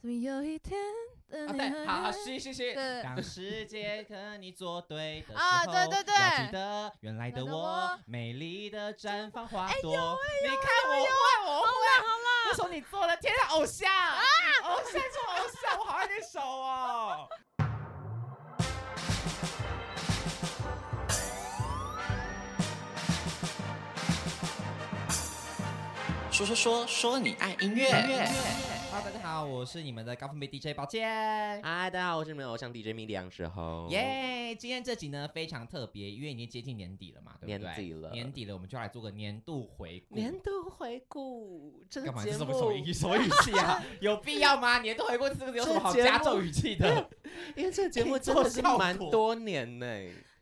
怎么有一天的啊，你 对，好，还是是是。对当世界跟你作对的时候，啊对对对要记得原来的原来的我我，美丽的绽放花哎朵。你看我会，我会，好了，那首你做的，天哪，偶像，啊偶像做偶像，我好爱这首哦。说说说说你爱音乐。 Hello，大家好，我是你们的高分贝 DJ 宝健。嗨，大家好，我是你们的偶像 DJ 米李杨时候。哎耶今天这集呢非常特别，因为已经接近年底了嘛，对不对？年底了年底了，我们就来做个年度回顾。年度回顾，这 个干嘛节是什么目什么语什么语气啊？有必要吗？年度回顾是不是有什么好这节目加重语气 的？因为这个节 目真的是蛮多 年呢、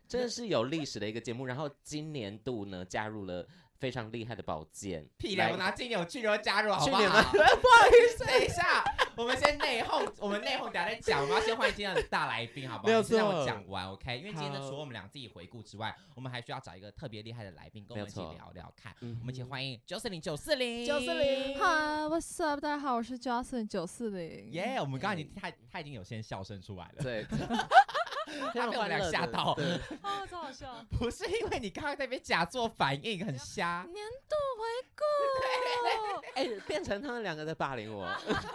真的是有历史的一个节目。然后今年度呢，加入了非常厉害的宝剑，屁咧！来我拿金牛去牛加入好去不年好的，？不好意思，等一下，我们先内讧，我们内讧，等下再讲。我们要先欢迎今天的大来宾，好不好？没有你先让我错讲完，OK？因为今天呢，好除了我们俩自己回顾之外，我们还需要找一个特别厉害的来宾，跟我们一起没有错聊聊看。嗯我们一起欢迎 Jocelyn 九四零， Jocelyn 嗨，What's up？大家好，我是 Jocelyn 九四零。耶！我们刚刚已经他他已经有先笑声出来了， 对，非他被我们俩吓到，哦，超好 笑！不是因为你刚刚在那边假作反应很瞎。年度回 哎、变成他们两个在霸凌我。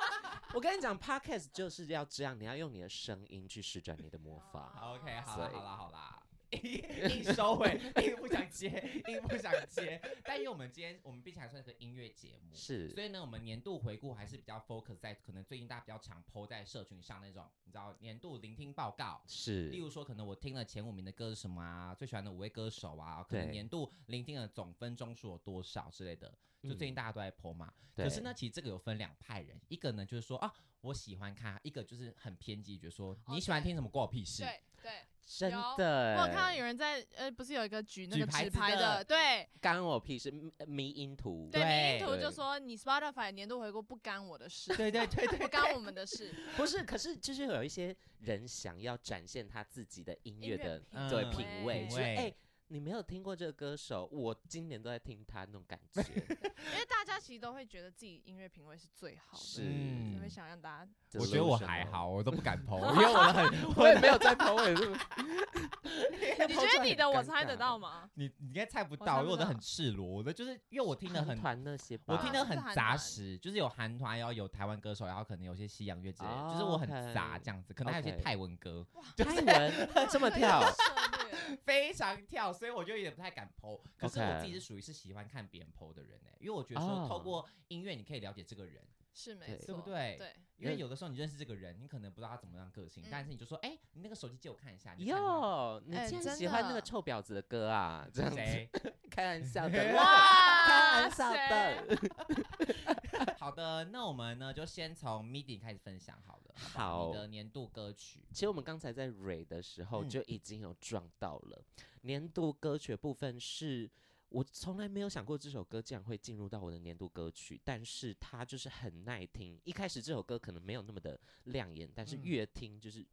我跟你讲，podcast 就是要这样，你要用你的声音去施展你的魔 法。 OK，好所啦以好啦好啦， 硬收 回，硬不想接，硬不想接。但因为我们今天我们毕竟还算是个音乐节目，是所以呢，我们年度回顾还是比较 focus 在可能最近大家比较常 PO 在社群上那种，你知道年度聆听报告。例是，如说，可能我听了前五名的歌是什么啊，最喜欢的五位歌手啊，可能对年度聆听的总分钟数有多少之类的，就最近大家都在 PO 嘛。嗯对可是呢，其实这个有分两派人，一个呢就是说啊，我喜欢看，一个就是很偏激，觉得说你喜欢听什么关我屁事。哦对对，真有的、我有欸，看到有人在呃，不是有一个举那举个牌纸子牌的的，对干我屁事，迷迷音图，对对，迷因图就对说你 Spotify 年度回顾不干我的 事，对对对对不干我们的事，不是，可是就是有一些人想要展现他自己的音乐的品对味品味，品就是味哎、你没有听过这个歌手，我今年都在听他那种感 觉，因为大家其实都会觉得自己音乐品味是最好的，是所以嗯会想让大家我觉得我还，好，我都不敢投，因为我的很， 我也没有在跑，我也是， 你你觉得你的我猜得到？吗？你你应该猜不我猜到，因为不我的到很赤裸，我的就是因为我听的韩很，团那些吧，我听的得很是韩杂团食，就是有韩团，然后有台湾歌手，然后可能有些西洋乐之类的，就是我很杂 OK 这样子，可能还有一些 OK 泰文歌，泰文 这么跳，策略非常跳，所以我就也不太敢剖。可是我 OK 自己是属于是喜欢看别人剖的人呢、欸因为我觉得说哦透过音乐你可以了解这个人， 是没对错，对不对？。对，因为有的时候你认识这个人，你可能不知道他怎么样个性，嗯但是你就说，哎、你那个手机借我看一下，你就看他哟，你哎竟真然的喜欢那个臭婊子的歌啊？这样子，谁？开玩笑的啦， 开哇玩笑的。好的，那我们呢就先从 MIDI 开始分享好了。好你的年度歌曲，其实我们刚才在蕊的时候嗯就已经有撞到了，年度歌曲的部分是我从来没有想过这首歌竟然会进入到我的年度歌曲，但是它就是很耐听。一开始这首歌可能没有那么的亮眼，但是嗯越听就是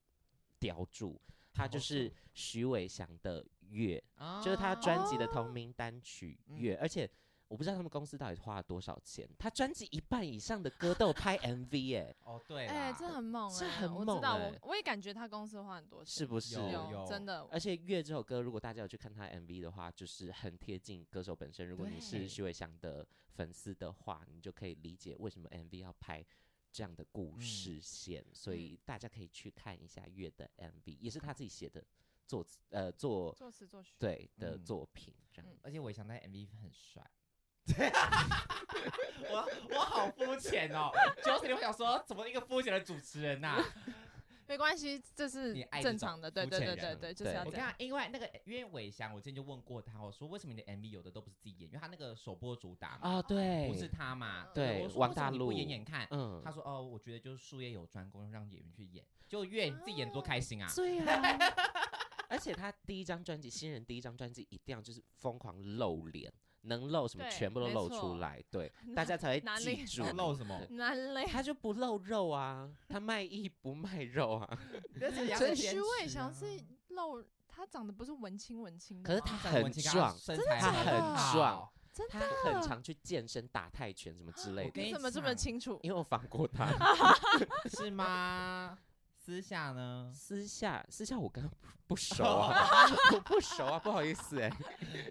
叼住。它就叼是住徐伟翔的《月》，啊就是他专辑的哦同名单曲《嗯月》，而且我不知道他们公司到底花了多少钱，他专辑一半以上的歌都有拍 MV 耶、哦，对啦，哎，这很猛哎，这很我猛知道，哎我我也感觉他公司花很多钱，是不是？有有真的，而且《月》这首歌，如果大家有去看他的 MV 的话，就是很贴近歌手本身。如果你对是徐伟翔的粉丝的话，你就可以理解为什么 MV 要拍这样的故事线。所以大家可以去看一下《月》的 MV，也是他自己写的作词呃作作词作曲，对的嗯作品，这样、嗯而且我想在 MV 很 帅。我我好肤浅哦 j o s e 我想说，怎么一个肤浅的主持人啊 呐、没关系，这是你爱这正种常的，对肤对浅对人对对，就是对要我这跟样。他，因为那个，因为伟翔，我之前就问过他，我说为什么你的 MV 有的都不是自己演？因为他那个首播主打嘛，啊，对，不是他嘛？对我说王为什么大你不陆演演看。嗯他说哦，我觉得就是术业有专攻，让演员去演，就越你自己演多开心啊！对 啊，而且他第一张专辑，新人第一张专辑一定要就是疯狂露脸，能露什么对全部都没露错出来，对，大家才哪会记里 住。露什么对难嘞，他就不露肉啊，他卖艺不卖肉啊，但是人家所是以徐坚伟持翔啊是露，他长得不是文青文青的可吗，是他张文很琪刚刚壮，身材他好很好壮，真他很常去健身、打泰拳什么之类我的跟，你你怎么这么讲清楚？因为我防过他。 是吗？私下呢？私下私下我跟他不不熟啊， 我不熟啊，不好意思哎、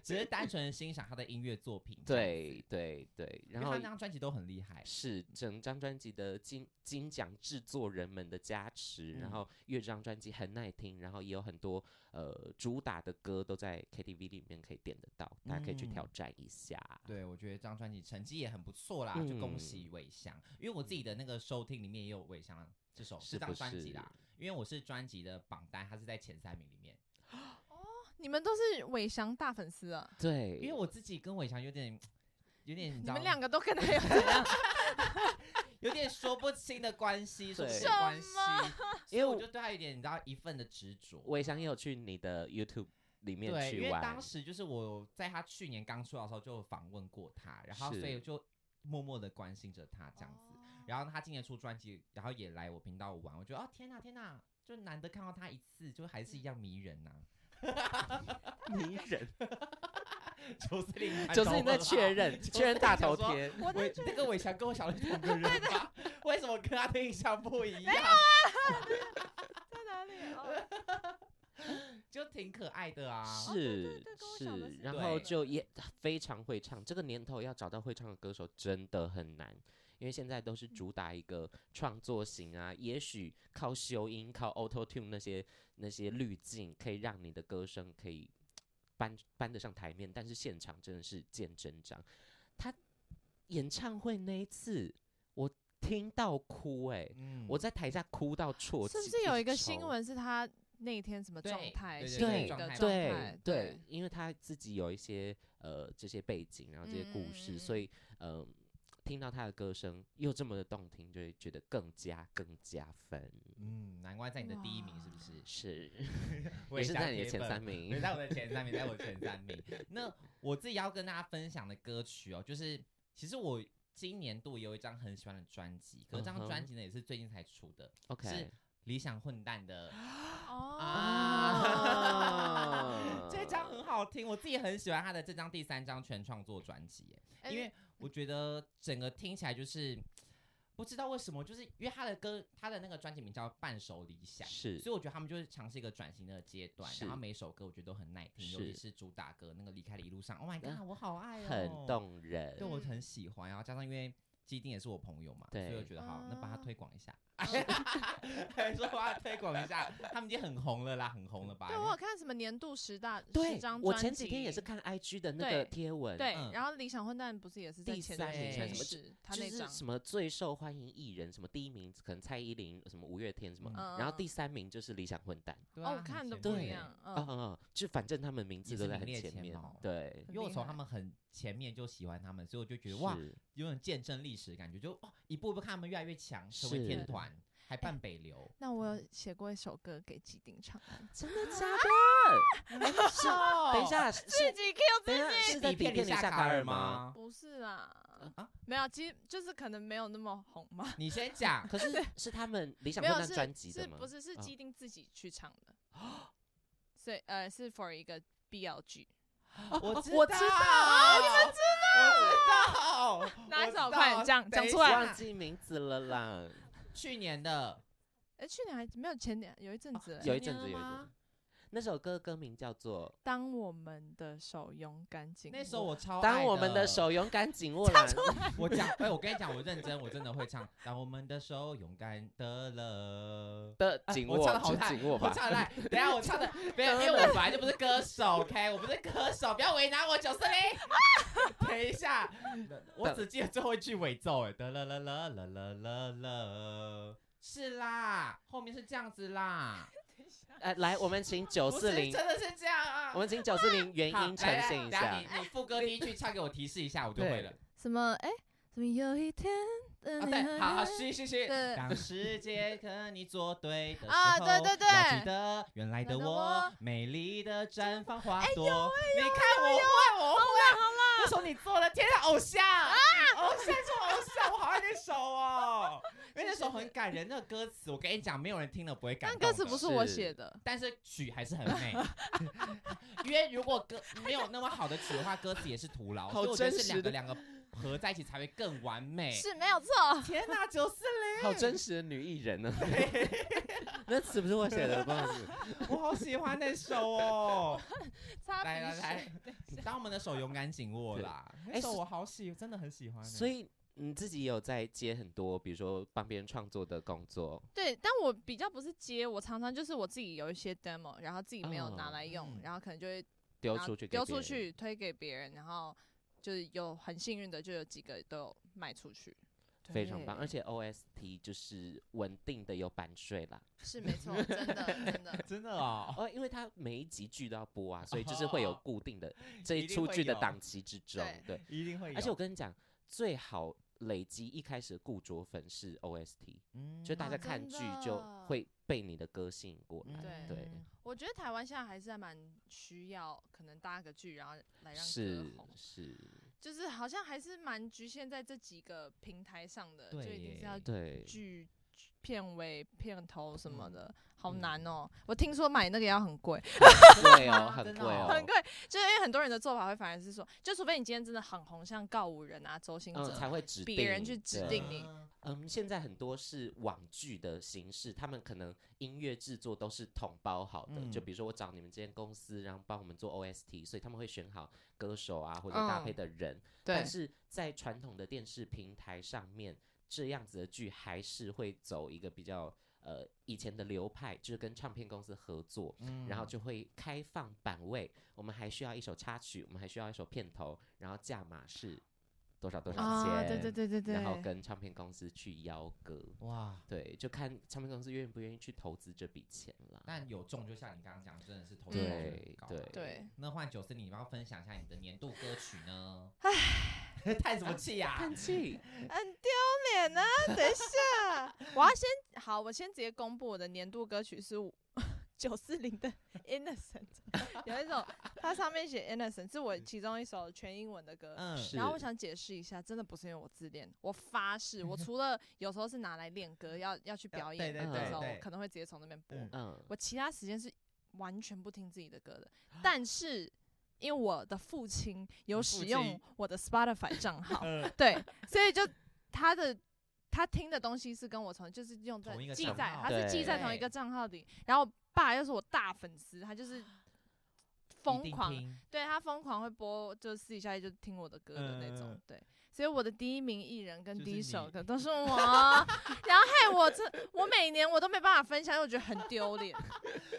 只是单纯地欣赏他的音乐作品。这样 对对对，因然为他后那张专辑都很厉害。是整张专辑的金金奖制作人们的加持，嗯然后乐张专辑很耐听，然后也有很多呃主打的歌都在 KTV 里面可以点得到，大家可以去挑嗯战一下。对，我觉得这张专辑成绩也很不错嗯啦，就恭喜伟翔。因为我自己的那个收听里面也有伟翔这首是这张不专辑是啦，因为我是专辑的榜单，它是在前三名里面。你们都是伟翔大粉丝啊，对，因为我自己跟伟翔有点，有点你知你道们，两个都跟他有 有点说不清的关系，说不清对的关系，因因为为我我就对他有点你知道一份的执着。伟翔也有去你的 YouTube 里面对，因去为玩，当时就是我在他去年刚出道的时候就访问过他，然后所是哦以就默默的关心着他这样子。然后他今年出专辑，然后也来我频道玩，我觉得哦天呐天呐，就难得看到他一次，就还是一样迷人 呐、迷 人，九四零，就是你在确认确认大头想说贴， 我那个伟翔跟我想的同个人 吧？为什么跟他的印象不一样？在哪里？ 哦就挺可爱的啊。是对跟我想的是，是然一后样就也非常会唱。这个年头要找到会唱的歌手真的很难，因为现在都是主打一个创作型啊，也许靠修音、靠 Auto Tune 那些那些滤镜，可以让你的歌声可以搬搬得上台面，但是现场真的是见真章。他演唱会那一次，我听到哭哎、嗯我在台下哭到啜泣，是不是有一个直新抽闻是他那一天什么对状态？对心对理对的状对态？对，，因为他自己有一些呃这些背景，然后这些故嗯事，嗯嗯所以呃听到他的歌声又这么的动听，就会觉得更加更加分。嗯，难怪在你的第一名是不是？ 是，我也是在你的铁前粉三对，名。在我的前三名，在我前三 名。那我自己要跟大家分享的歌曲哦，就是其实我今年度有一张很喜欢的专辑，可是这嗯哼张专辑呢也是最近才出的， OK，理想混蛋》 的哦，啊呃这张很好听，我自己很喜欢他的这张第三张全创作专辑耶，哎因为我觉得整个听起来就是。不知道为什么，就是因为他的歌，他的那个专辑名叫《伴手理想》，是所以我觉得他们就是尝试一个转型的阶段，是然后每首歌我觉得都很耐听，尤其是是主打歌那个《离开的一路上》，Oh my 嗯 god，我好爱哦，很，动对人。我很喜欢。然后加上因为基丁也是我朋友嘛，所对以我觉得好，那帮他啊推广一下， 还说帮他推广一下，他们已经很红了啦，很红了吧？对我有看什么年度十大哎对十张，我专前几天辑也是看 IG 的那个对贴文，对，嗯然后理想混蛋不是也是在第前三名前什么十，他就那是张什么最受欢迎艺人，什么第一名可能蔡依林，什么五月天什么，嗯然后第三名就是理想混蛋。对哦，啊我看的很不前面一对样，啊嗯，啊啊！就反正他们名字也都是在名很列前前面茅，对，因为我厉从害他们很前面就喜欢他们，所以我就觉得哇，是有点见证历史的感觉，就哇一步一步看他们越来越强，成为是天团，还办北流，那我有写过一首歌给基丁唱，真的假的？是哎等一下，是自己 Q 等一下哎是在底片里下卡尔吗？？不是啦，啊没有，其实就是可能没有那么红嘛，你先讲可是是他们理想没混有蛋是专辑是的吗？不是是哦基丁自己去唱的，所以呃是 for 一个 BL 剧，我 我知知道我知道，我知道，哪一首我知道快点讲等一讲出来下忘记名字了啦，去年的哎，去年还没有前年有一阵子了，哦有一今阵年了子有一阵子吗。那首歌歌名叫做当我们的手勇敢紧握，那首我超爱《当我们的，手勇敢紧握啦》，我讲，哎，我跟你讲，我认真，我真的会唱。当我们的手勇敢的了。的啊紧我握唱得好是烂紧握我吧。唱的来，等一下我唱的，不要，因为我本来就不是歌手，OK，我不是歌手，不要为难我，九四零。 等一下，我只记得最后一句尾奏，哎，得了了了了了了了，是啦，后面是这样子啦，呃，来，我们请九不是四零，真的是这样啊。我们请九四零原好音来呈来现一等下。你你副歌第一句唱给我提示一下，我就会了。什么哎，怎么有一天啊，对，好好，是是是。对当世界和你作对的时候，啊对对对要记得原来的原来的我我，美丽的绽放花朵。你看我会，我会，这首你做的，天啊，偶像，偶像是偶像，我好爱那首哦，因为那首很感人，那个歌词，我跟你讲，没有人听了不会感但动。歌词不是我是写的，但是曲还是很美，因为如果歌没有那么好的曲的话，歌词也是徒劳。好所以我觉得真是两个实的两个合在一起才会更完美。是没有错。天哪，九四好真实的女艺人呢、那词不是我写的，不好意思。零， 我好喜欢那首 哦。擦来鼻来来水，，当我们的手勇敢紧握啦。那哎首是我好喜，真的很喜欢欸。所以你自己也有在接很多，比如说帮别人创作的工作，对，但我比较不是接，我常常就是我自己有一些 demo，然后自己没有拿嗯来用，嗯然后可能就会丢拿出去，啊丢出。去推给别人，然后就是有很幸运的就有几个都有卖出去，非常棒，对而且 OST 就是稳定的有版税啦，是没错，真的真的真的哦，哦，因为它每一集剧都要播啊，所以就是会有哦固 定的这一一定出会剧的有档期之中，对。一定会有。而且我跟你讲，最好累积一开始的固着粉是 OST，嗯就大家哦看真剧就的嗯会被你的歌吸引过来，对对，我觉得台湾现在还是还蛮需要，可能搭个剧，然后来让歌是红，是，就是好像还是蛮局限在这几个平台上的，就对一定耶是要对，剧片尾、片头什么嗯的，好嗯难哦、我听说买那个要很贵，贵哦，啊很真的贵哦哦很，贵，就是因为很多人的做法会反而是说，就除非你今天真的很红，像告五人啊、周星嗯，哲，才会指定别人去指对定你嗯嗯，现在很多是网剧的形式，他们可能音乐制作都是统包好的。就嗯比如说我找你们这间公司，然后帮我们做 OST，所以他们会选好歌手啊或者搭配嗯的人。对但，是在传统的电视平台上面，这样子的剧还是会走一个比较呃以前的流派，就是跟唱片公司合作，嗯然后就会开放版位。我们还需要一首插曲，我们还需要一首片头，然后价码是多少多少钱？啊，对对对对对，然后跟唱片公司去邀歌，哇，对，就看唱片公司愿不愿意去投资这笔钱啦。但有中就像你刚刚讲，真的是投资嗯额很对高。对对，那换九四，你要不要分享一下你的年度歌曲呢？ 叹什么气啊 呀、叹气，很丢脸啊！等一下， 我要先好，我先直接公布我的年度歌曲是九四零的 Innocent，有一 首它上面写 Innocent 是我其中一首全英文的歌。嗯， 是然后我想解释一下，真的不是因为我自恋，我发誓，我除了有时候是拿来练歌，要要去表演对对的时候，对对我可能会直接从那边播。嗯嗯，我其他时间是完全不听自己的歌的，但是因为我的父亲有父使亲用我的 Spotify 账号，嗯呃， 对，所以就他的他听的东西是跟我从就是用在同一个记账在，号他是记在对同一个账号里。然后我爸又是我大粉丝，他就是一哦疯定狂，听对他疯狂会播，就私底下就听我的歌的那种。嗯嗯嗯对，所以我的第一名艺人跟就是第一首你歌都是我， 然后害我这我每年我都没办法分享，因为我觉得很丢脸。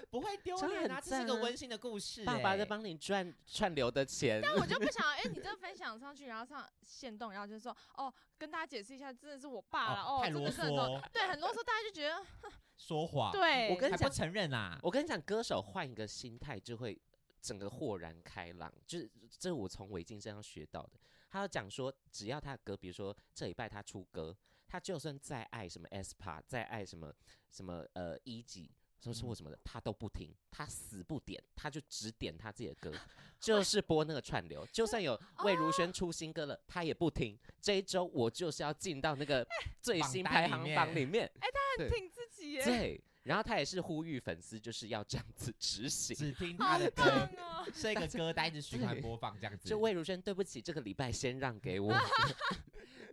不会丢这样脸很啊，这是赞个啊温馨的故事、爸爸在欸帮你赚串流的钱，但我就不想，哎、你这分享上去，然后上线动，然后就说，哦，跟大家解释一下，真的是我爸了，哦哦，太这啰个嗦真的是，哦，对，很啰嗦，大家就觉得说谎，，对，我跟你还不讲承认啊啦、我跟你讲，歌手换一个心态就会整个豁然开朗，就是这是我从韦静身上学到的。他要讲说，只要他的歌，比如说这礼拜他出歌，他就算再爱什么 S p a 再爱什么什么呃一级。什么什嗯么什么的，他都不听，他死不点，他就只点他自己的歌，就是播那个串流。就 算有魏哦如萱出新歌了，他也不听。这一周我就是要进到那个最 榜新单排里行面榜里面，对挺自己耶，对，然后他也是呼吁粉丝就是要这样子执行。只听他好的棒歌，哦！设一个歌单一直循环对播放这样子。就魏如萱，对不起，这个礼拜先让给 我。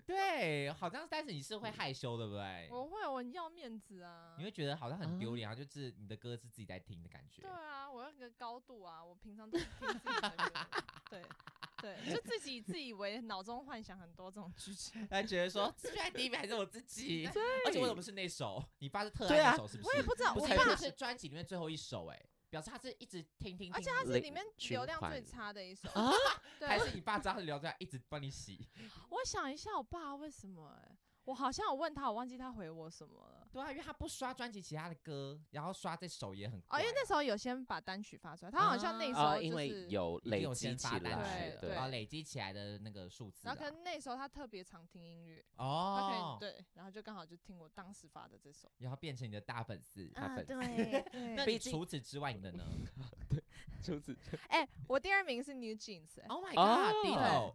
对，好像但是你是会害羞，对不对？我会，我很要面子啊你，会觉得好像很丢脸，然后就是你的歌是自己在听的感觉对。啊，我有一个高度啊，我平常都是听自己的歌，对对，就自己自以为脑中幻想很多这种剧情，他觉得说，居然第一名还是我自己，而且为什么是那首？你爸是特对爱啊那首是不是？我也不知道，不我是，而且爸。是专辑里面最后一首，哎，表示他是一直听听，而且听他听是里面循流量最环差的一首啊对还，是你爸知道他的流量一直帮你洗，我想一下，我爸为什么、欸？我好像有问他，我忘记他回我什么了。对啊，因为他不刷专辑其他的歌，然后刷这首也很哦，因为那时时候有先把单曲发出来，他好像那时啊、候因就为是，有累积起单来曲，了对然后哦累积起来的那个数字然啊。后可能那时候他特别常听音乐，他可哦能，对，然后就刚好就听我当时发的这首。然后变成你的大粉丝。嗯他粉丝对那对，你毕竟除此之外，你的呢除此哎、我第二名是 New Jeans，、哎， ？Oh my 哦 god，低头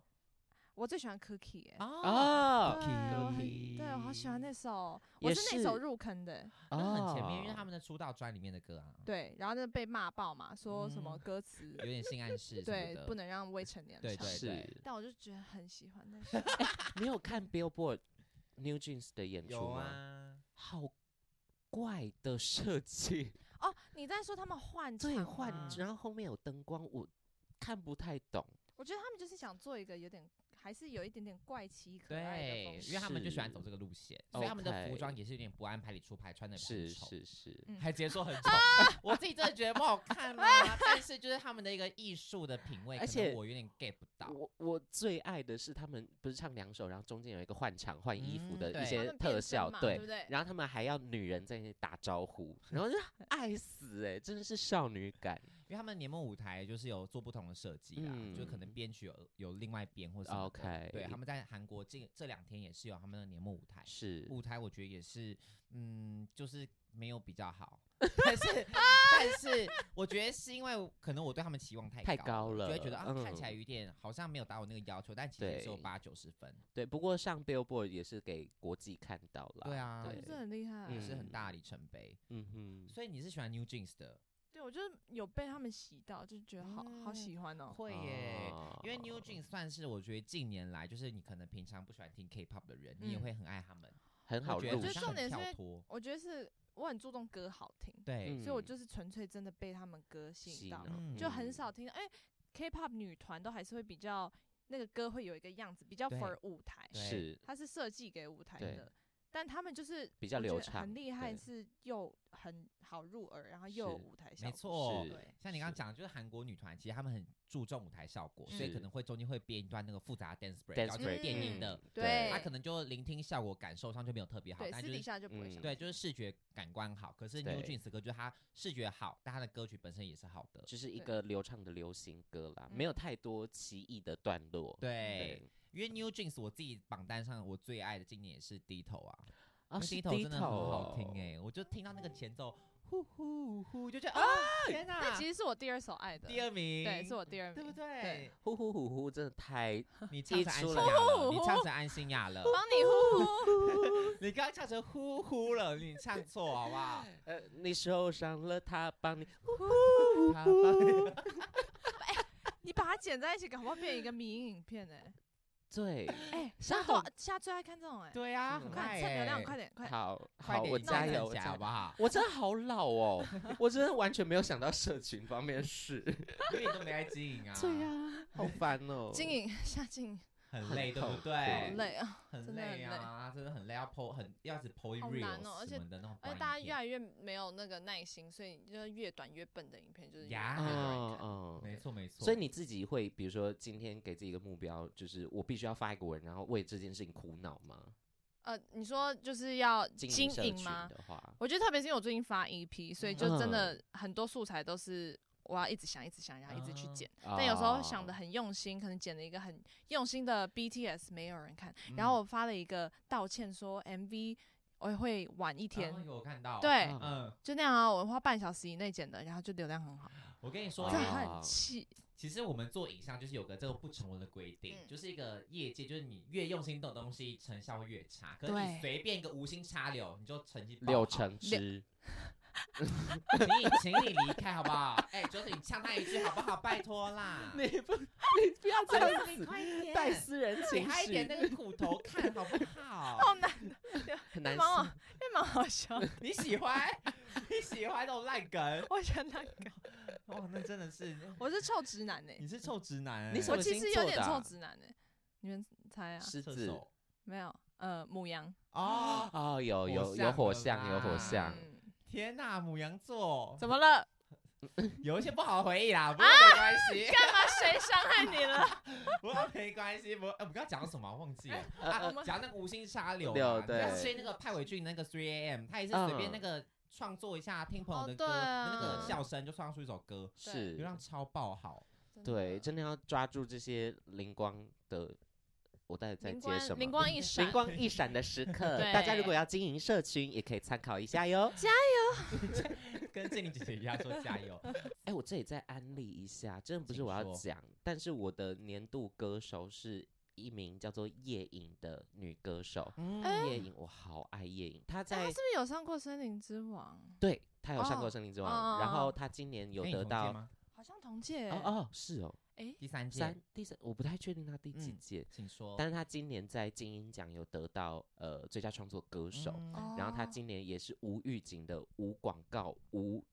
我最喜欢 Cookie，哎、啊，啊对，我很对我好喜欢那首，我也是那首是入坑的，欸那很前面，哦因为他们的出道专里面的歌啊，对，然后就被骂爆嘛，说什么歌词、有点性暗示什么对的，不能让未成年对唱对是但我就觉得很喜欢那首，你有看 Billboard New Jeans 的演出有吗？啊，好怪的设计， 哦，你在说他们换对，场换啊吗，然后后面有灯光，我看不太懂。我觉得他们就是想做一个有点，还是有一点点怪奇可爱的对风，格。因为他们就喜欢是走这个路线，所以他们的服 OK 装也是有点不按牌理出牌，穿的是是嗯是，还直接说很 丑，我自己真的觉得不好看啦。 但是就是他们的一个艺术的品味，而可能且我有点 get 不到。我我最爱的是他们不是唱两首，然后中间有一个换场换衣服嗯的对一他些们变特身效，嘛对对不对？然后他们还要女人在那里打招呼，然后就爱死哎、真的是少女感。因为他们年末舞台就是有做不同的设计啦，嗯啊就可能编曲有有另外编 或什么的。 OK 对，他们在韩国这这两天也是有他们的年末舞台，是，舞台我觉得也是，嗯，就是没有比较 好，但是啊但是我觉得是因为可能我对他们期望太太高就高会觉得了啊、看起来嗯有一点好像没有达我那个要求，但其实也只有对八九十分，对，不过上 Billboard 也是给国际看到了。对啊对真哦的很厉害。也是很嗯大的里程碑。嗯哼，所以你是喜欢 New Jeans 的？对，我就是有被他们洗到，就是觉得好、好嗯喜欢哦。会耶，哦因为 New Jeans 算是我觉得近年来，就是你可能平常不喜欢听 K-pop 的人，你也嗯会很爱他们。很我好觉入就得是他手重很点是因跳为脱，我觉得是我很注重歌好听，对，所以我嗯就是纯粹真的被他们歌吸吸引到，脑就嗯很少听到。哎、K-pop 女团都还是会比较那个歌会有一个样子，比较对 for 舞台，对是它是设计给舞台对的。但他们就是比较我觉流得很啊畅厉害，对是又很好入耳，然后又有是舞台效没果。错是。对像你刚刚是讲的，就是韩国女团，其实他们很注重舞台效果，所以可是能会中间会编一段那个复杂的 dance break，然 dance 后 break 是电影的嗯，对它可能就聆听效果感受上就没有特别好，对，但私就底是下就不会嗯想。对，就是视觉感官好。可是 New 对 Jeans 的歌就是它视觉好，但它的歌曲本身也是好的。就是一对个流畅的流行歌啦，没有嗯太多奇异的段落。对，因为 New Jeans 我自己榜单上我最爱的今年也是低头啊，啊，低是头低真头的很好听哎、我就听到那个前奏，呼呼呼，就觉得啊，天那哪！其实是我第二首爱的，第二名，对，是我第二名，对不对对？呼呼呼呼，真的太 你唱一成安出心来雅呼 了，你呼唱成安心雅了，帮你呼呼。你刚刚唱成呼呼了，你唱错好不好？呃，你受伤了，他帮你他 帮你把它剪在一起，搞不好变一个迷因影片呢、 对哎、是啊下多下最爱看这种哎、对啊，很快爱蹭流欸量，快点，快点！好快好，点，我你加站油，起我来加好油 不。好？我真的好老 哦，我真的完全没有想到社群方面的事，因为你都没在经 营啊，呀， 好烦哦。经营下经营，很很累，对痛不苦好对？累啊！很真的很累啊，真的很累，要 po 很要只 po 好 reels 难哦而且什么的那种而短且大家影越片来越没有那个耐心，所以就是越短越笨的影片就是越呀越多嗯人看。没嗯。错没错，所以你自己会，比如说今天给自己一个目标，就是我必须要发一个文，然后为这件事情苦恼吗？呃，你说就是要经营社营群吗？的话，我觉得特别是因为我最近发 EP，所以就真的嗯很多素材都是我要一直想、一直想，然后一直去啊剪。但有时候想哦的很用心，可能剪了一个很用心的 BTS，没有人看，嗯然嗯后我发了一个道歉说 MV 我会晚一天，天我哦看到，对嗯嗯，就那样啊，我花半小时以内剪的，然后就流量很好，我跟你说哦哇这这，很气。其实我们做影像就是有个这个不成文的规定，嗯就是一个业界，就是你越用心动的东西，成效会越差。可是对你随便一个无心插柳，你就成绩爆柳好橙汁，请你 请你离开好不 好？哎、就是你呛他一句好不好？拜托啦，你不，你不要这样你子，快一点，带私人给情他一点绪，那个苦头看好不 好？哦好难，很因为难蛮好，受因为蛮好笑的。你喜欢你喜欢那种烂 梗？我觉得那个哇，那真的是，我是臭直男呢、你是臭直男、欸，你我什么其星实有座点的臭啊直男呢、欸你们猜啊？狮射子手没有，呃，母羊。哦？哦，有火有有象火啊了象，有火啦象，嗯，天哪，母羊座怎么了？有一些不好的回忆啊啦，不过没关系，干 嘛谁伤害你了？不过没关系，不，哎我们刚刚讲到什么啊忘记了呃啊哎我们？讲那个无心插柳柳嘛，你要对追那个派伟俊那个 Three AM，他也是随便那个创作一下，听朋友的哦歌，对啊那个笑声就创出一首歌，是流量超爆好。对，真的要抓住这些灵光的，我到底在灵接什光么？灵光一闪灵，光一闪的时刻，大家如果对要经营社群，也可以参考一下哟。跟静玲姐姐一样说加 油，哎、我这里再安利一下，真的不是请我要说讲，但是我的年度歌手是一名叫做叶颖的女歌手。嗯，叶颖，我好爱叶颖，她哎他在是不是有上过《森林之王对她有上过哦《森林之王》，然哦哦后哦她今年有哎跟你得同届到吗？》？好像同届哦哦是哦哎，第三届三，第三，我不太确定她第几嗯届，请说。但是她今年在金鹰奖有得到呃最佳创作歌手，嗯然后她哦今年也是无预警的、无广告、无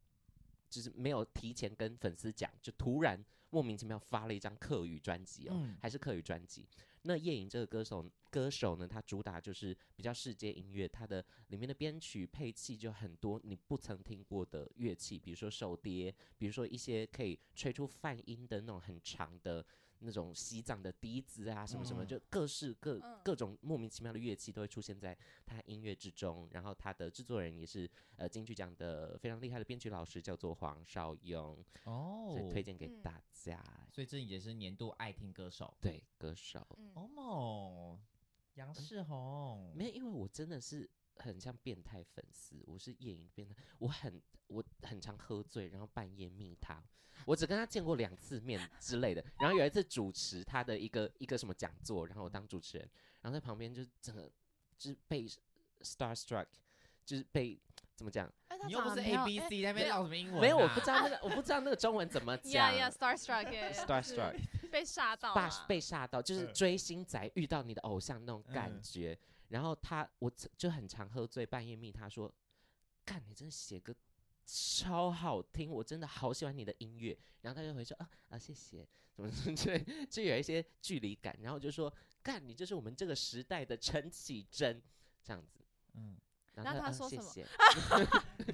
就是没有提前跟粉丝讲，就突然莫名其妙发了一张客语专辑哦，嗯还是客语专辑。那叶颖这个歌手歌手呢，她主打就是比较世界音乐，她的里面的编曲配器就很多你不曾听过的乐器，比如说手碟，比如说一些可以吹出泛音的那种很长的。那种西藏的笛子啊，什么什么，嗯就各式各、嗯各种莫名其妙的乐器都会出现在他音乐之中，然后他的制作人也是呃金曲奖的非常厉害的编曲老师，叫做黄少庸，哦所，以推荐给嗯大家。所以这也是年度爱听歌手。对，歌手，嗯，哦某，杨世宏没有，因为我真的是很像变态粉丝，我是夜影变态，我很我很常喝醉，然后半夜密他，我只跟他见过两次面之类的。然后有一次主持他的一个一个什么讲座，然后我当主持人，然后在旁边就整个就是被 starstruck，就是被怎么讲？哎，他你又不长是得 A 漂 B 哎 C 在那边没有唠什么英文、啊？没有，我不知道那个，我不知道那个中文怎么讲。 呀呀，starstruck，耶 Starstruck 就是被吓到把了，被吓到，就是嗯追星仔遇到你的偶像那种感嗯觉。然后他，我就很常喝醉，半夜密他说：“干，你真的写歌超好听，我真的好喜欢你的音乐。”然后他就回说：“啊啊，谢谢。”怎么怎么之类，就有一些距离感。然后就说：“干，你就是我们这个时代的陈绮贞。”这样子。嗯，然那后他嗯说谢什么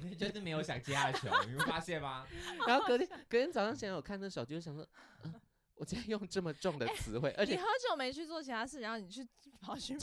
谢 就是没有想接他的球，你会发现 吗？然后隔天隔天早上起来，我看那手机，我想说，嗯我今天用这么重的词 汇，而你且喝酒没去做其他事，然后你去跑去，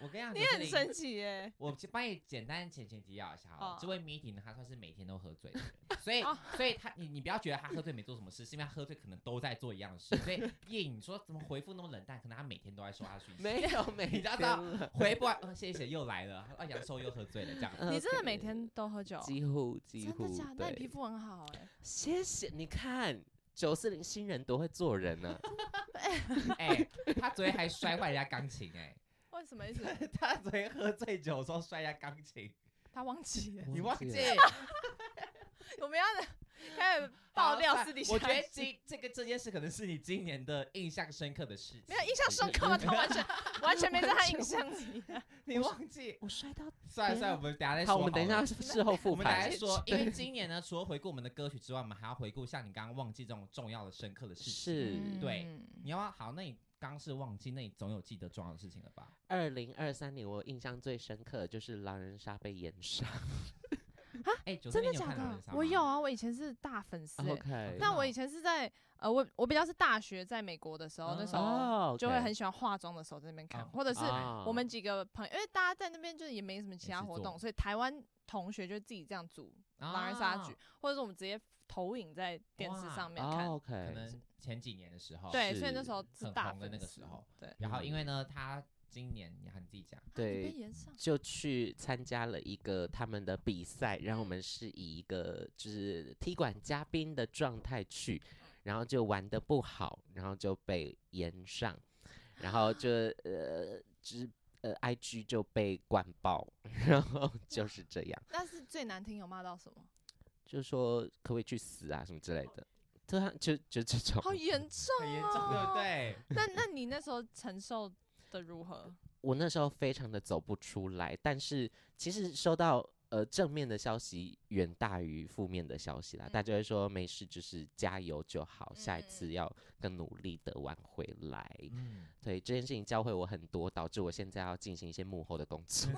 我跟你讲，你九四很零神奇 耶。我就帮你简单前前提要一下哦哦，这位 meeting 呢，他算是每天都喝醉的人，所以哦 所以他你你不要觉得他喝醉没做什么事，是因为他喝醉可能都在做一样的 事。所以叶颖说怎么回复那么冷淡，可能他每天都在说他讯息，没有每 你知道天到了回不完，嗯，谢谢又来了，啊，杨寿又喝醉了这 样。呃你真的可每天都喝酒？几乎几真乎的假的？那你对皮肤很好哎。谢谢你看九四零新人多会做人 呢、哎、他昨天还摔坏人家钢琴、为什么一直哎， 他昨天喝醉酒的时候摔人家钢琴， 他忘记了？你忘记记？了 我们要开始爆料好私底下。我觉得今这个这件事可能是你今年的印象深刻的事情。没有印象深刻吗？他完全 完全没在他印象里。你忘记？我摔到算了算了，我们等一下再说好，好。我们等一 下，事后复我们等一下盘再。说。因为今年呢，除了回顾我们的歌曲之外，我们还要回顾像你刚刚忘记这种重要的、深刻的事情。是对嗯你要不要好，那你刚是忘记，那你总有记得重要的事情了吧？二零二三年，我印象最深刻的就是狼人杀被延上。哎、九三啊真的年你有假看狼人的杀？吗我有啊，我以前是大粉丝欸、 OK，但我哦以前是在呃，我我比较是大学在美国的时候，那时候哦，就会 OK 很喜欢化妆的时候在那边看，哦或者是啊我们几个朋友，因为大家在那边就是也没什么其没他事活做啊动，所以台湾同学就自己这样组狼人杀局，，或者是我们直接投影在电视哇上面看。哦可 OK，能前几年的时候。对，所以那是时候是很大红的粉那个丝时候，对，然后因为呢，他今年你喊你自己讲，对被延上，就去参加了一个他们的比赛，然后我们是以一个就是踢馆嘉宾的状态去，然后就玩的不好，然后就被延上，然后就呃，就是呃，IG 就被灌爆， 然后就是这样，那是最难听有骂到什 么？就说可不可以去死啊什么之类的，对啊，就就这种。好严重 很严重，对不哦！对？那那你那时候承受的如何？我那时候非常的走不出来，但是其实收到呃正面的消息远大于负面的消息啦，大嗯家会说没事，就是加油就好，下一嗯嗯次要更努力的挽回来。嗯，对这件事情教会我很多，导致我现在要进行一些幕后的工作。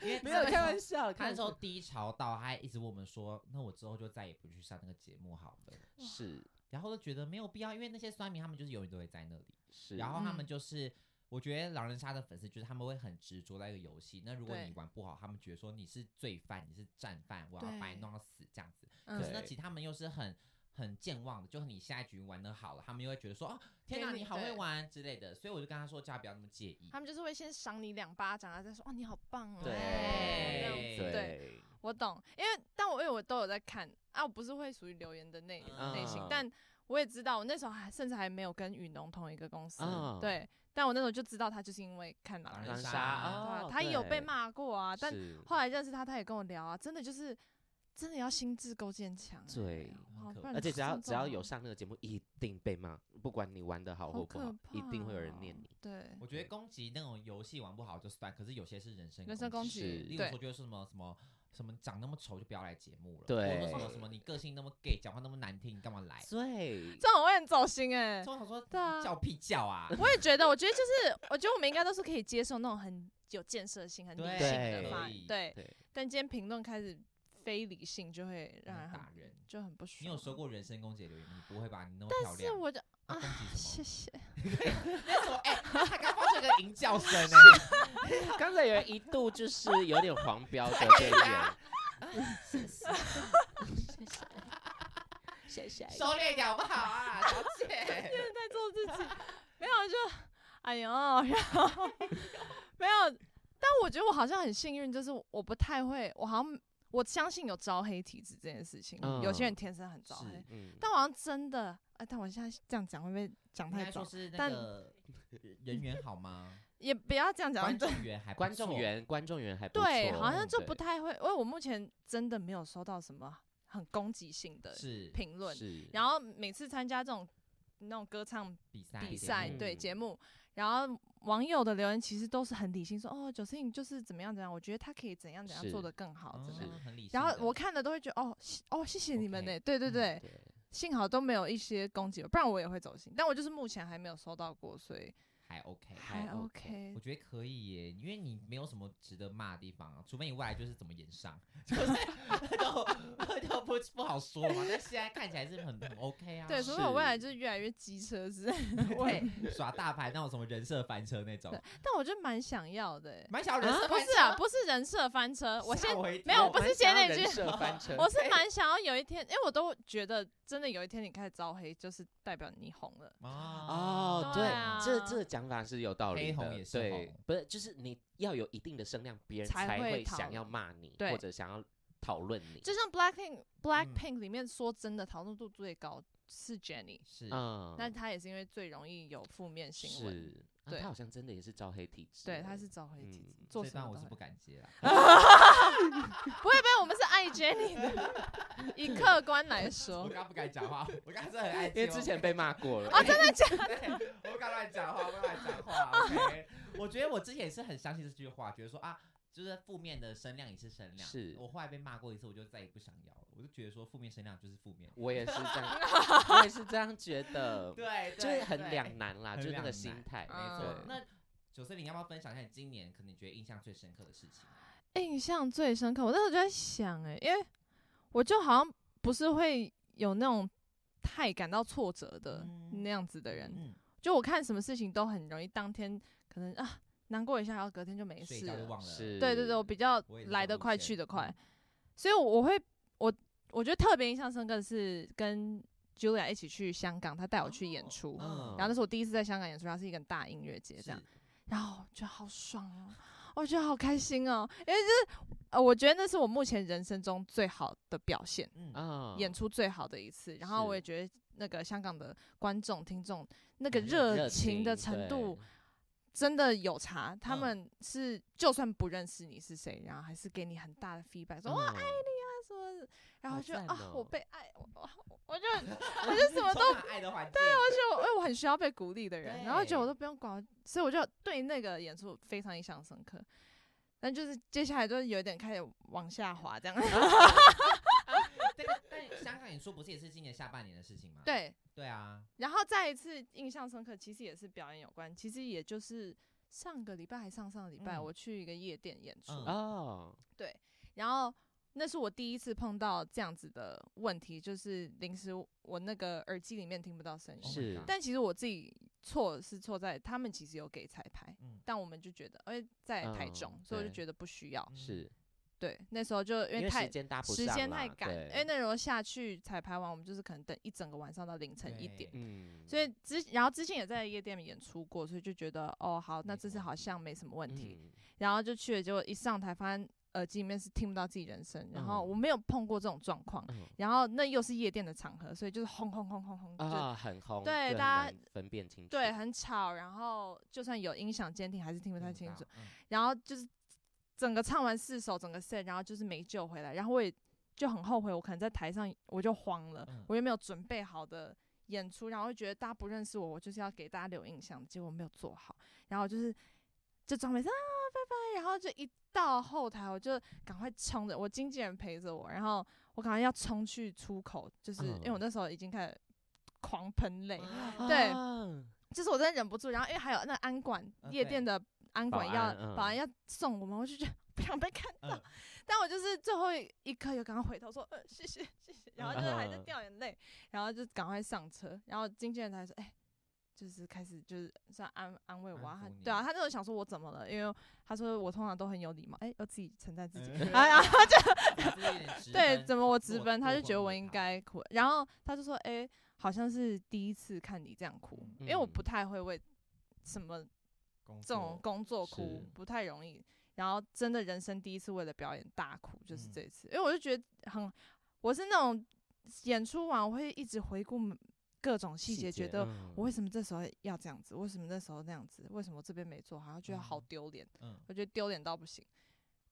没没有 开笑。玩笑，他开那玩时候笑低潮到，他还一直问我们说：“那我之后就再也不去上那个节目好了。是”然后就觉得没有必要，因为那些酸民他们就是永远都会在那里，是，然后他嗯们就是。我觉得狼人杀的粉丝就是他们会很执着在一个游戏，那如果对你玩不好，他们觉得说你是罪犯，你是战犯，我要把对你弄到死这样子。可嗯是呢，对其实他们又是很很健忘的，就是你下一局玩的好了，他们又会觉得说哦，天给哪，你你好会对玩之类的。所以我就跟他说，叫他不要那么介意他。们就是会先赏你两巴掌，然后再说哦你好棒哦，对这样对子对，我懂，因为但我因为我都有在看啊，我不是会属于留言的那嗯类型，但我也知道，我那时候还甚至还没有跟雨农同一个公司，嗯对，但我那时候就知道他就是因为看狼狼人人杀，杀对啊啊，他也有被骂过啊，但哦是后来认识他，他也跟我聊啊，真的就是真的要心智够坚强欸，对好很可不然而且只要心只要脏有上那个节目，一定被骂，不管你玩的好好或可不好，怕，哦一定会有人念你。。对，我觉得攻击那种游戏玩不好就算，可是有些是人身人身攻攻击是例如对说就是什么什么什么长那么丑就不要来节目了，对或者说什么什么你个性那么 gay，讲话那么难听，你干嘛来？对，这种我也很走心哎、所以我想说对啊，叫屁叫啊，我也觉得，我觉得就是，我觉得我们应该都是可以接受那种很有建设性、很理性的对发可言，以对。对但今天评论开始非理性，就会让人很很打人。就很不爽。你有收？过人身攻击的留言吗，你不会吧？你那么漂但是亮，我就那啊攻击什谢么？谢， 那什么？哎，他刚发出一个吟 叫声哎，刚才有人一度就是有点黄标的 对眼，谢谢收敛一点好不好啊，小姐？真的在做自己，没有就哎呦， 然后没有。但我觉得我好像很幸运，就是我不太会，我好像我相信有招黑体质这件事情，嗯有些人天生很招黑是，嗯，但我好像真的，哎、但我现在这样讲会不会讲应 太该早说？是那但个人缘好吗？也不要这样讲，观众缘还不观众错缘观众缘还不对，错好像就对不太会，因为我目前真的没有收到什么很攻击性的是评论。是，然后每次参加这种那种歌唱比赛比节赛，目对嗯节目，然后网友的留言其实都是很理性，说哦，九四你就是怎么样怎么样，我觉得他可以怎样怎样是做得更好，怎么样。哦很理性然后的我看了都会觉得哦谢哦谢谢你们呢 OK，对对嗯对，对幸好都没有一些攻击，不然我也会走心。但我就是目前还没有收到过，所以还 OK，还 OK 我。觉得可以耶，因为你没有什么值得骂的地方、啊，除非你未来就是怎么演上， 就是都都不不好说嘛。但现在看起来是很很 OK 啊，对，是所以我未来就是越来越机车之类的 我也。对耍大牌那种什么人设翻车那种对，但我就蛮想要的、欸，蛮小人设不翻是啊，不是人设翻车，我吓先我一没有跳我不是蛮接想要那人句设翻车我是蛮想要有一天，因为我都觉得真的有一天你开始招黑，就是代表你红了。哦，对对啊，这这个讲法是有道理黑红的也，是对红，不是就是你要有一定的声量，别人才才会会讨想要论骂你，对或者想要讨论你，就像 Blackpink Blackpink 里面说真的讨论度最高是 Jennie，是嗯，那她也是因为最容易有负面新闻，是，啊对他好像真的也是招黑体质欸，对，她是招黑体质，嗯做这什么都段我是会不敢接不会啦。不会，我们是爱 Jennie 的，以客观来我说，刚刚不敢讲话，我刚刚是很爱接因为哦之前被骂过 了，哦，真的假的？ 对，我不敢乱讲话，我不敢乱讲话。OK，我觉得我之前也是很相信这句话，觉得说啊，就是负面的声量也是声量。是我后来被骂过一次，我就再也不想要了。我就觉得说，负面声量就是负面。我也是这样，我也是这样觉 得，对，就对是很。两对难啦，很就是那个两心难态没，嗯错对。那九四零要不要分享一下你今年可能你觉得印象最深刻的事情？啊印象最深刻，我那时候就在想、欸，因为我就好像不是会有那种太感到挫折的嗯那样子的人，嗯，就我看什么事情都很容易当天可能啊难过一下，然后隔天就没睡一事觉就了。忘了。是，对对对，我比较我也是这种来得路快线去得快嗯，所以我会我我觉得特别印象深刻的是跟 Julia 一起去香港，她带我去演哦出。嗯然后那是我第一次在香港演出，它是一个很大音乐节这样是，然后我觉得好爽哦，我觉得好开心哦，因为就是呃，我觉得那是我目前人生中最好的表现，嗯，啊演出最好的一次。然后我也是觉得那个香港的观众听众那个嗯热热情的程对度真的有差，他嗯们是就算不认识你是谁，然后还是给你很大的 feedback，说哇嗯什么，然后好就赞啊我哦被爱，我我我就我就什么都充满爱的环境。对，而且我，因为我很需要被鼓励的人，然后觉得我对都不用管我，所以我就对那个演出非常印象深刻。但就是接下来就是有点开始往下滑这样， 这个但香港演出不是也是今年下半年的事情吗？，对。对啊，然后再一次印象深刻，其实也是表演有关，其实也就是上个礼拜还上上个礼拜，嗯我去一个夜店演出，嗯哦，然后那是我第一次碰到这样子的问题，就是临时我那个耳机里面听不到声音。 Oh my 是 God 但其实我自己错是错在他们其实有给彩排，嗯但我们就觉得，因为在台中，嗯所以我就对觉得不需要。嗯是，对，那时候就因因为为太时间搭不时上间太啦赶，对因为那时候下去彩排完，我们就是可能等一整个晚上到凌晨一对点。嗯，所以之然后之前也在夜店演出过，所以就觉得哦好，那没这什次么好问题像没什么问题。嗯然后就去了，结果一上台发现耳机里面是听不到自己人声，然后嗯我没有碰过这种状况，嗯然后那又是夜店的场合，所以就是轰轰轰轰轰，就啊，很红，对就很大家难分辨清楚，啊对，很吵，然后就算有音响监听还是听不不太清楚，，嗯然后就是整个唱完四首整个 set，然后就是没救回来，然后我也就很后悔，我可能在台上我就慌了，嗯我也没有准备好的演出，然后就觉得大家不认识我，我就是要给大家留印象，结果没有做好，然后就是就装没事啊拜拜，然后就一到后台我就赶快冲着我经纪人陪着我，然后我赶快要冲去出口，就是、因为我嗯那时候已经开始狂喷泪，啊对啊就是我真的忍不住，然后因为还有那安管啊夜对店的安保管要安嗯保安要送我们，我就觉得不想被看到嗯，但我就是最后一刻有赶快回头说，呃，谢谢谢谢，然后就是还在嗯掉眼泪，然后就赶快上车，然后经纪人才说，哎。就是开始就是算安安慰我啊，安他抚你对啊，他那时候想说我怎么了，因为他说我通常都很有礼貌，哎、要自己承担自己，嗯哎呀，就是有点直对，奔怎么我直落奔，他落就觉荒得我而应逃该哭，然后他就说，哎、好像是第一次看你这样哭，因为我不嗯太会为什么工这种作工作哭是不太容易，然后真的人生第一次为了表演大哭，就是嗯这一次，因为我就觉得很，我是那种演出完我会一直回顾每各种细节，觉得嗯我为什么这时候要这样子，为什么那时候那样子，为什么我这边没做好，然后觉得好嗯丢脸，嗯我觉得丢脸到不行。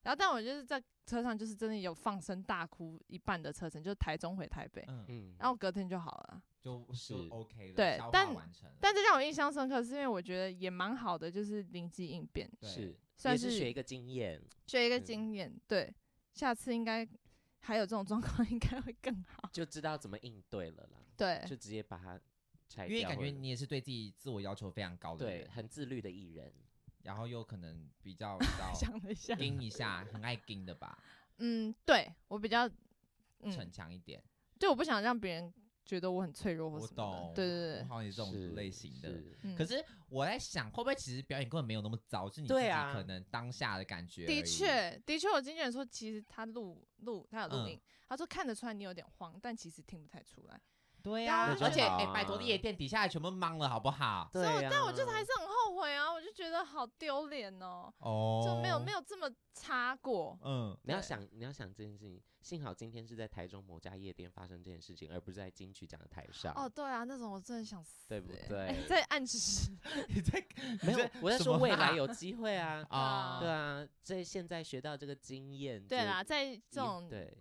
然后，但我就是在车上，就是真的有放声大哭一半的车程，就是台中回台北，嗯，嗯，然后隔天就好了。就是就 OK 了，对消化但完成了但这让我印象深刻，是因为我觉得也蛮好的，就是灵机应变，对是算也是是学一个经验，学一个嗯经验。对，下次应该还有这种状况， 应该会更好。就知道怎么应对了啦，哦对，就直接把它拆因为掉感或觉者你也是对自己自我要求非常高的对人，很自律的艺人，然后又可能比 较比较想了一下，盯一下，很爱盯的吧，嗯，对我比较，逞嗯，强一点。对，我不想让别人觉得我很脆弱或我什么懂，的。对对我对好像也是这是种类型的。是嗯，可是我在想，会不会其实表演根本没有那么糟，是你自对己啊可能当下的感觉。的，确，的确，我经纪人说，其实他录录，他有录嗯音，他说看得出来你有点慌，但其实听不太出来。对啊啊那，就而且好哎，啊 拜托，夜店底下也全部懵了，好不好？对所以我呀、但我就是还是很后悔啊，我就觉得好丢脸哦，哦，就没有没有，有这么差过。嗯， 你要对想，你要想这件事情。幸好今天是在台中某家夜店发生这件事情，而不是在金曲奖的台上，哦，对啊，那种我真的想死、欸， 对不哎对？在暗 示，你在没有，我在说未来有机会 啊。啊，对啊，这现在学到这个经验，对就啦，在一这种对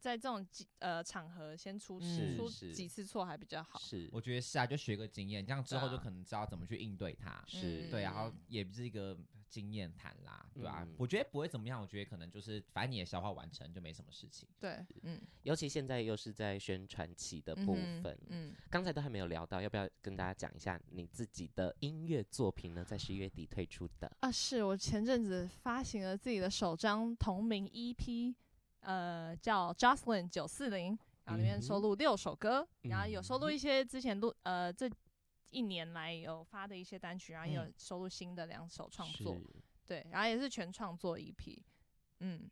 在这种几呃场合先出嗯出是几次错还比较好。是我觉得是啊，就学个经验，这样之后对就啊可能知道怎么去应对它。是对，然后嗯也是一个经验谈啦，对吧、嗯我觉得不会怎么样，我觉得可能就是反正你也消化完成，就没什么事情。对，嗯尤其现在又是在宣传期的部嗯哼分，嗯，刚才都还没有聊到，要不要跟大家讲一下你自己的音乐作品呢？在十一月底推出的，啊，是我前阵子发行了自己的首张同名 EP，呃，叫 Jocelyn 九四零，然后里面收嗯哼录六首歌，然后有收录嗯一些之前录呃这一年来有发的一些单曲，然后也有嗯收录新的两首创作，是对，然后也是全创作 EP，嗯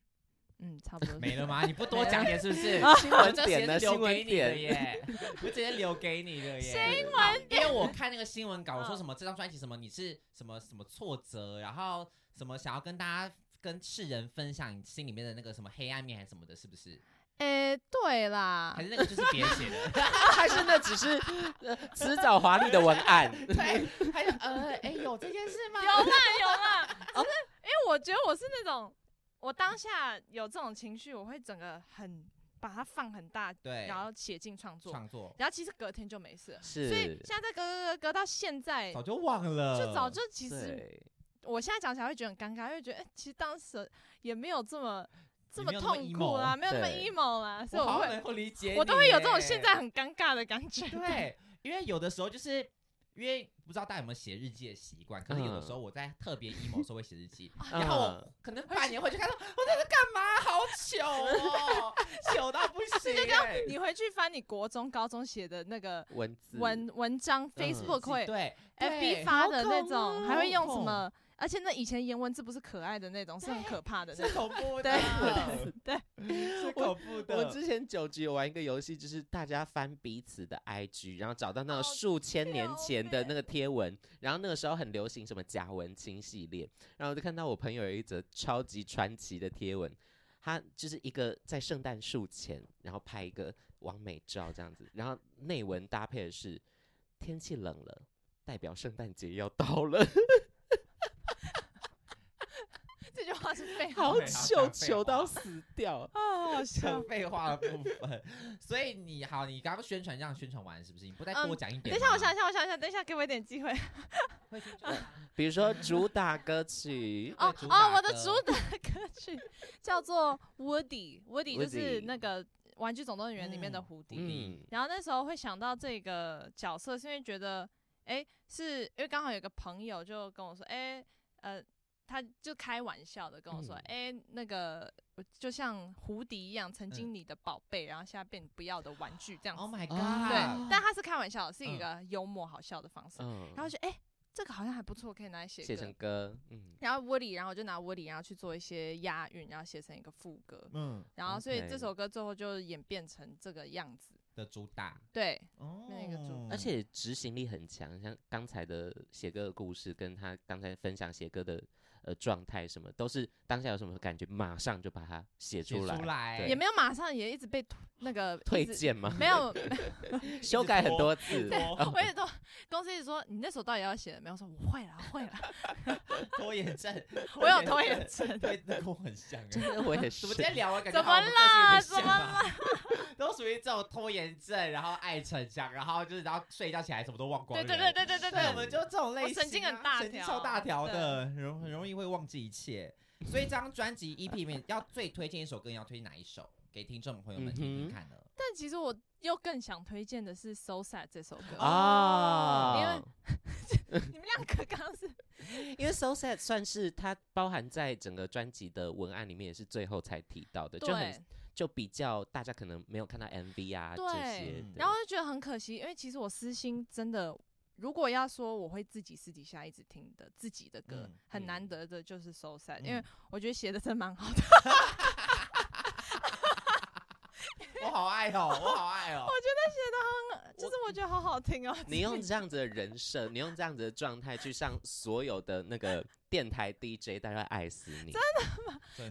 嗯，差不多没了吗？吗？你不多讲点是不是？ 新我这点些呢？是留新给闻你的点，耶，我直接留给你的耶。新闻，因为我看那个新闻稿，我嗯说什么这张专辑什么你是什么什么挫折，然后什么想要跟大家跟世人分享你心里面的那个什么黑暗面还是什么的，是不是？诶、对啦，还是那个就是别人写的？ 还是那只是呃辞藻华丽的文 案？对，还有呃，哎、有这件事吗？有啦有啦，只是因为我觉得我是那种，我当下有这种情绪，我会整个很把它放很大， 对，然后写进创作，哎创作然后其实隔天就没事了。所以是，现在隔隔隔隔到现在，早就忘了，就早就其实对，我现在讲起来会觉得很尴尬，因为觉得、哎，其实当时也没有这么这也没有那么痛苦啦， emo 没有那么对 emo 啦，所以我我好会能够理解，我都会有这种现在。很尴尬的感觉。对，因为有的时候就是因为不知道大家有没有写日记的习惯，可是有的嗯时候我在特别 emo 的时候会写日 记，啊嗯然后我可能半年后就看到我在这干嘛，好糗哦，糗到不 行欸、你回去翻你国中、高中写的那个文字文文章，Facebook 会、嗯对 FB 对发的那好恐种，怖还会用什么？而且那以前颜文字不是可爱的那种，是很可怕的那 是恐怖 的，对对，是我恐怖的。我之前九局有玩一个游戏，就是大家翻彼此的 IG，然后找到那个数千年前的那个贴文，然后那个时候很流行什么贾文清系列，然后我就看到我朋友有一则超级传奇的贴文，他就是一个在圣诞树前，然后拍一个完美照这样子，然后内文搭配的是天气冷了，代表圣诞节要到了，这句话是废话 好好 糗像糗废到话死掉。啊， 好笑讲。废话的部分，所以你好，你刚刚宣传这样宣传完是不是？你不再多嗯讲一等点吗、一下，我想一下，我想一下，等一下，给我一点机会。会宣传吗比如说主打歌曲哦主打哦，我的歌主打歌 曲叫做《Woody》，Woody 就是 Woody 那个《玩具总动员》里面的嗯蝴蝶。 嗯。然后那时候会想到这个角色，是因为觉得，哎，是因为刚好有个朋友就跟我说，哎，呃，他就开玩笑的跟我说，嗯哎、那个就像胡迪一样，曾经你的宝贝，然后现在变你不要的玩具这样子。 嗯，Oh my 哦 god，、对啊，但他是开玩笑的，是一嗯个幽默好笑的方式。嗯，然后就，哎，这个好像还不错，可以拿来写写歌成歌，嗯，然后 Woody，然后我就拿 Woody，然后去做一些押韵，然后写成一个副歌，嗯然后所以 OK 这首歌最后就演变成这个样子。的主打，对，哦那个主而且执行力很强，像刚才的写歌的故事，跟他刚才分享写歌的呃状态什么，都是当下有什么感觉，马上就把它写写出来。对也没有马上也一直被推那个 推，一直荐吗？ 没， 有，修改很多次。拖我也都公司一直说你那首到底要写了没有？我说我会了，会了， 拖延症， 我有拖延症， 对，那跟我很像 真 哎。的，我也是怎么。今天聊完感觉怎么好啦像啊怎么 都属于这种拖延症，然后爱逞强，然后就是然后睡一觉起来什么都忘光对的对人。对对对对 对，我对，们就这种类我型啊、神经很大神经条超大条的，很容很容易会忘记一切。所以这张专辑 EP 里面要最推荐一首歌，你要推荐哪一首给听众朋友们听嗯听看呢？但其实我又更想推荐的是《So Sad》这首歌，哦啊，因为你们两个刚刚是因为 so sad 算是它包含在整个专辑的文案里面，也是最后才提到呃的，就对很，就比较大家可能没有看到 MV 啊这对些的。然后就觉得很可惜，因为其实我私心真的。如果要说我会自己私底下一直听的自己的歌，嗯很嗯难得的就是《So Sad》，嗯因为我觉得写的真蛮好的。 我好爱哦，我好爱 哦。就是我觉得好好听哦。 你用这样子的人设，你用这样子的状态去上所有的那个电台 DJ，大家会爱死你。真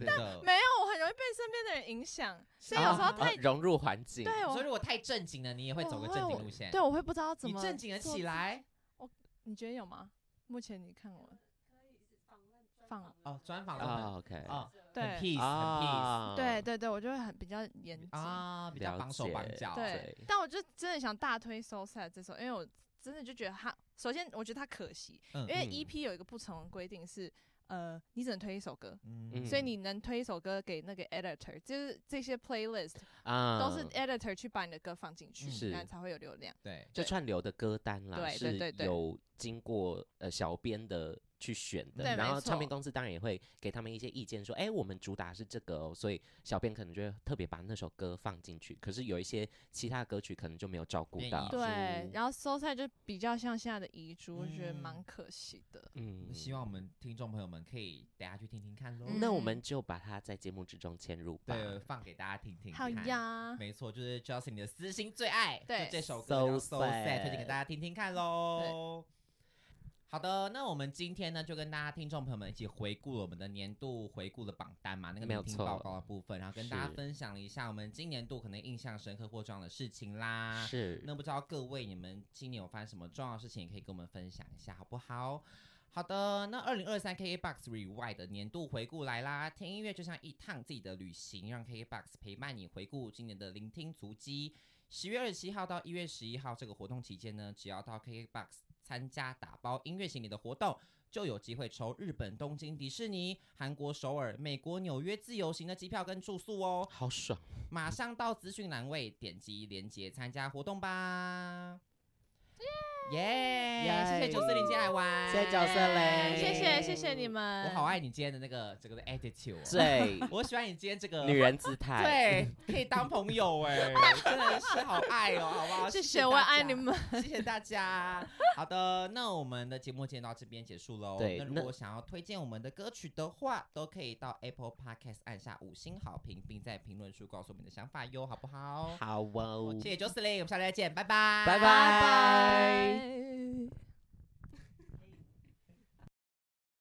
的。没有，我很容易被身边的人影响，所以有时候啊太、啊融入环境，对哦所以我如果太正经了，你也会走个正经路线。哦对我会不知道怎你么正经了做起自。来你觉得有吗？目前你看我放哦，专访啊了，OK，哦，很对 peace，很 peace 啊，对对对，我就会很比较严谨。啊，哦比较了绑手解绑脚。对对，但我就真的想大推《So Sad》这首，因为我真的就觉得它，首先我觉得它可惜，嗯因为嗯 EP 有一个不成文规定是，呃，你只能推一首歌，嗯所以你能推一首歌给那个 editor，就是这些 playlist 啊，都是 editor 去把你的歌放进去，是然后才会有流量。对，就对串流的歌单啦，对对是对对有经过呃小编的去选的，对然没后唱片错公司当然也会给他们一些意见，说，哎，我们主打是这个哦，所以小编可能就会特别把那首歌放进去，可是有一些其他歌曲可能就没有照顾没到意，对猪，然后收菜就比较像现在的遗珠，我觉得嗯蛮可惜的。嗯希望我们听众朋友们可以等下去听听看喽。那我嗯们就把它在节目之中嵌入吧。对，放给大家听听。好。呀，没错，就是 Justin 你的私心最爱，对就这首歌叫 So So Sad， Sad 推荐给大家听听看喽。好的，那我们今天呢，就跟大家听众朋友们一起回顾了我们的年度回顾的榜单嘛，那个没有聆听错报告的部分，然后跟大家是分享了一下我们今年度可能印象深刻或重要的事情啦。是，啊那不知道各位你们今年有发生什么重要的事情，也可以跟我们分享一下，好不好？好的，那二零二三 KKBOX Rewind 的年度回顾来啦！听音乐就像一趟自己的旅行，让 KKBOX 陪伴你回顾今年的聆听足迹。十月二十七号到一月十一号这个活动期间呢，只要到 KKBOX 参加打包音乐行李的活动，就有机会抽日本东京迪士尼、韩国首尔、美国纽约自由行的机票跟住宿哦。好 爽。马上到资讯栏位点击连接参加活动吧。耶！谢谢耶九四零今天来玩，谢谢角色嘞，谢谢谢谢你们，我好爱你今天的那个整个的 attitude，哦最我喜欢你今天这个 女人姿态，对，可以当朋友哎、 真的是好爱哦，好不好？谢谢谢，我也大爱家你，们。 谢谢大 家。好的，那我们的节目今天到这边结束喽。对那如那果想要推荐我们的歌曲的话，都可以到 Apple Podcast 按下五星好评，并在评论区告诉我们你的想法哟，好不好？好哦谢，谢 j o c e l y n 我们下次再见，拜拜，拜拜。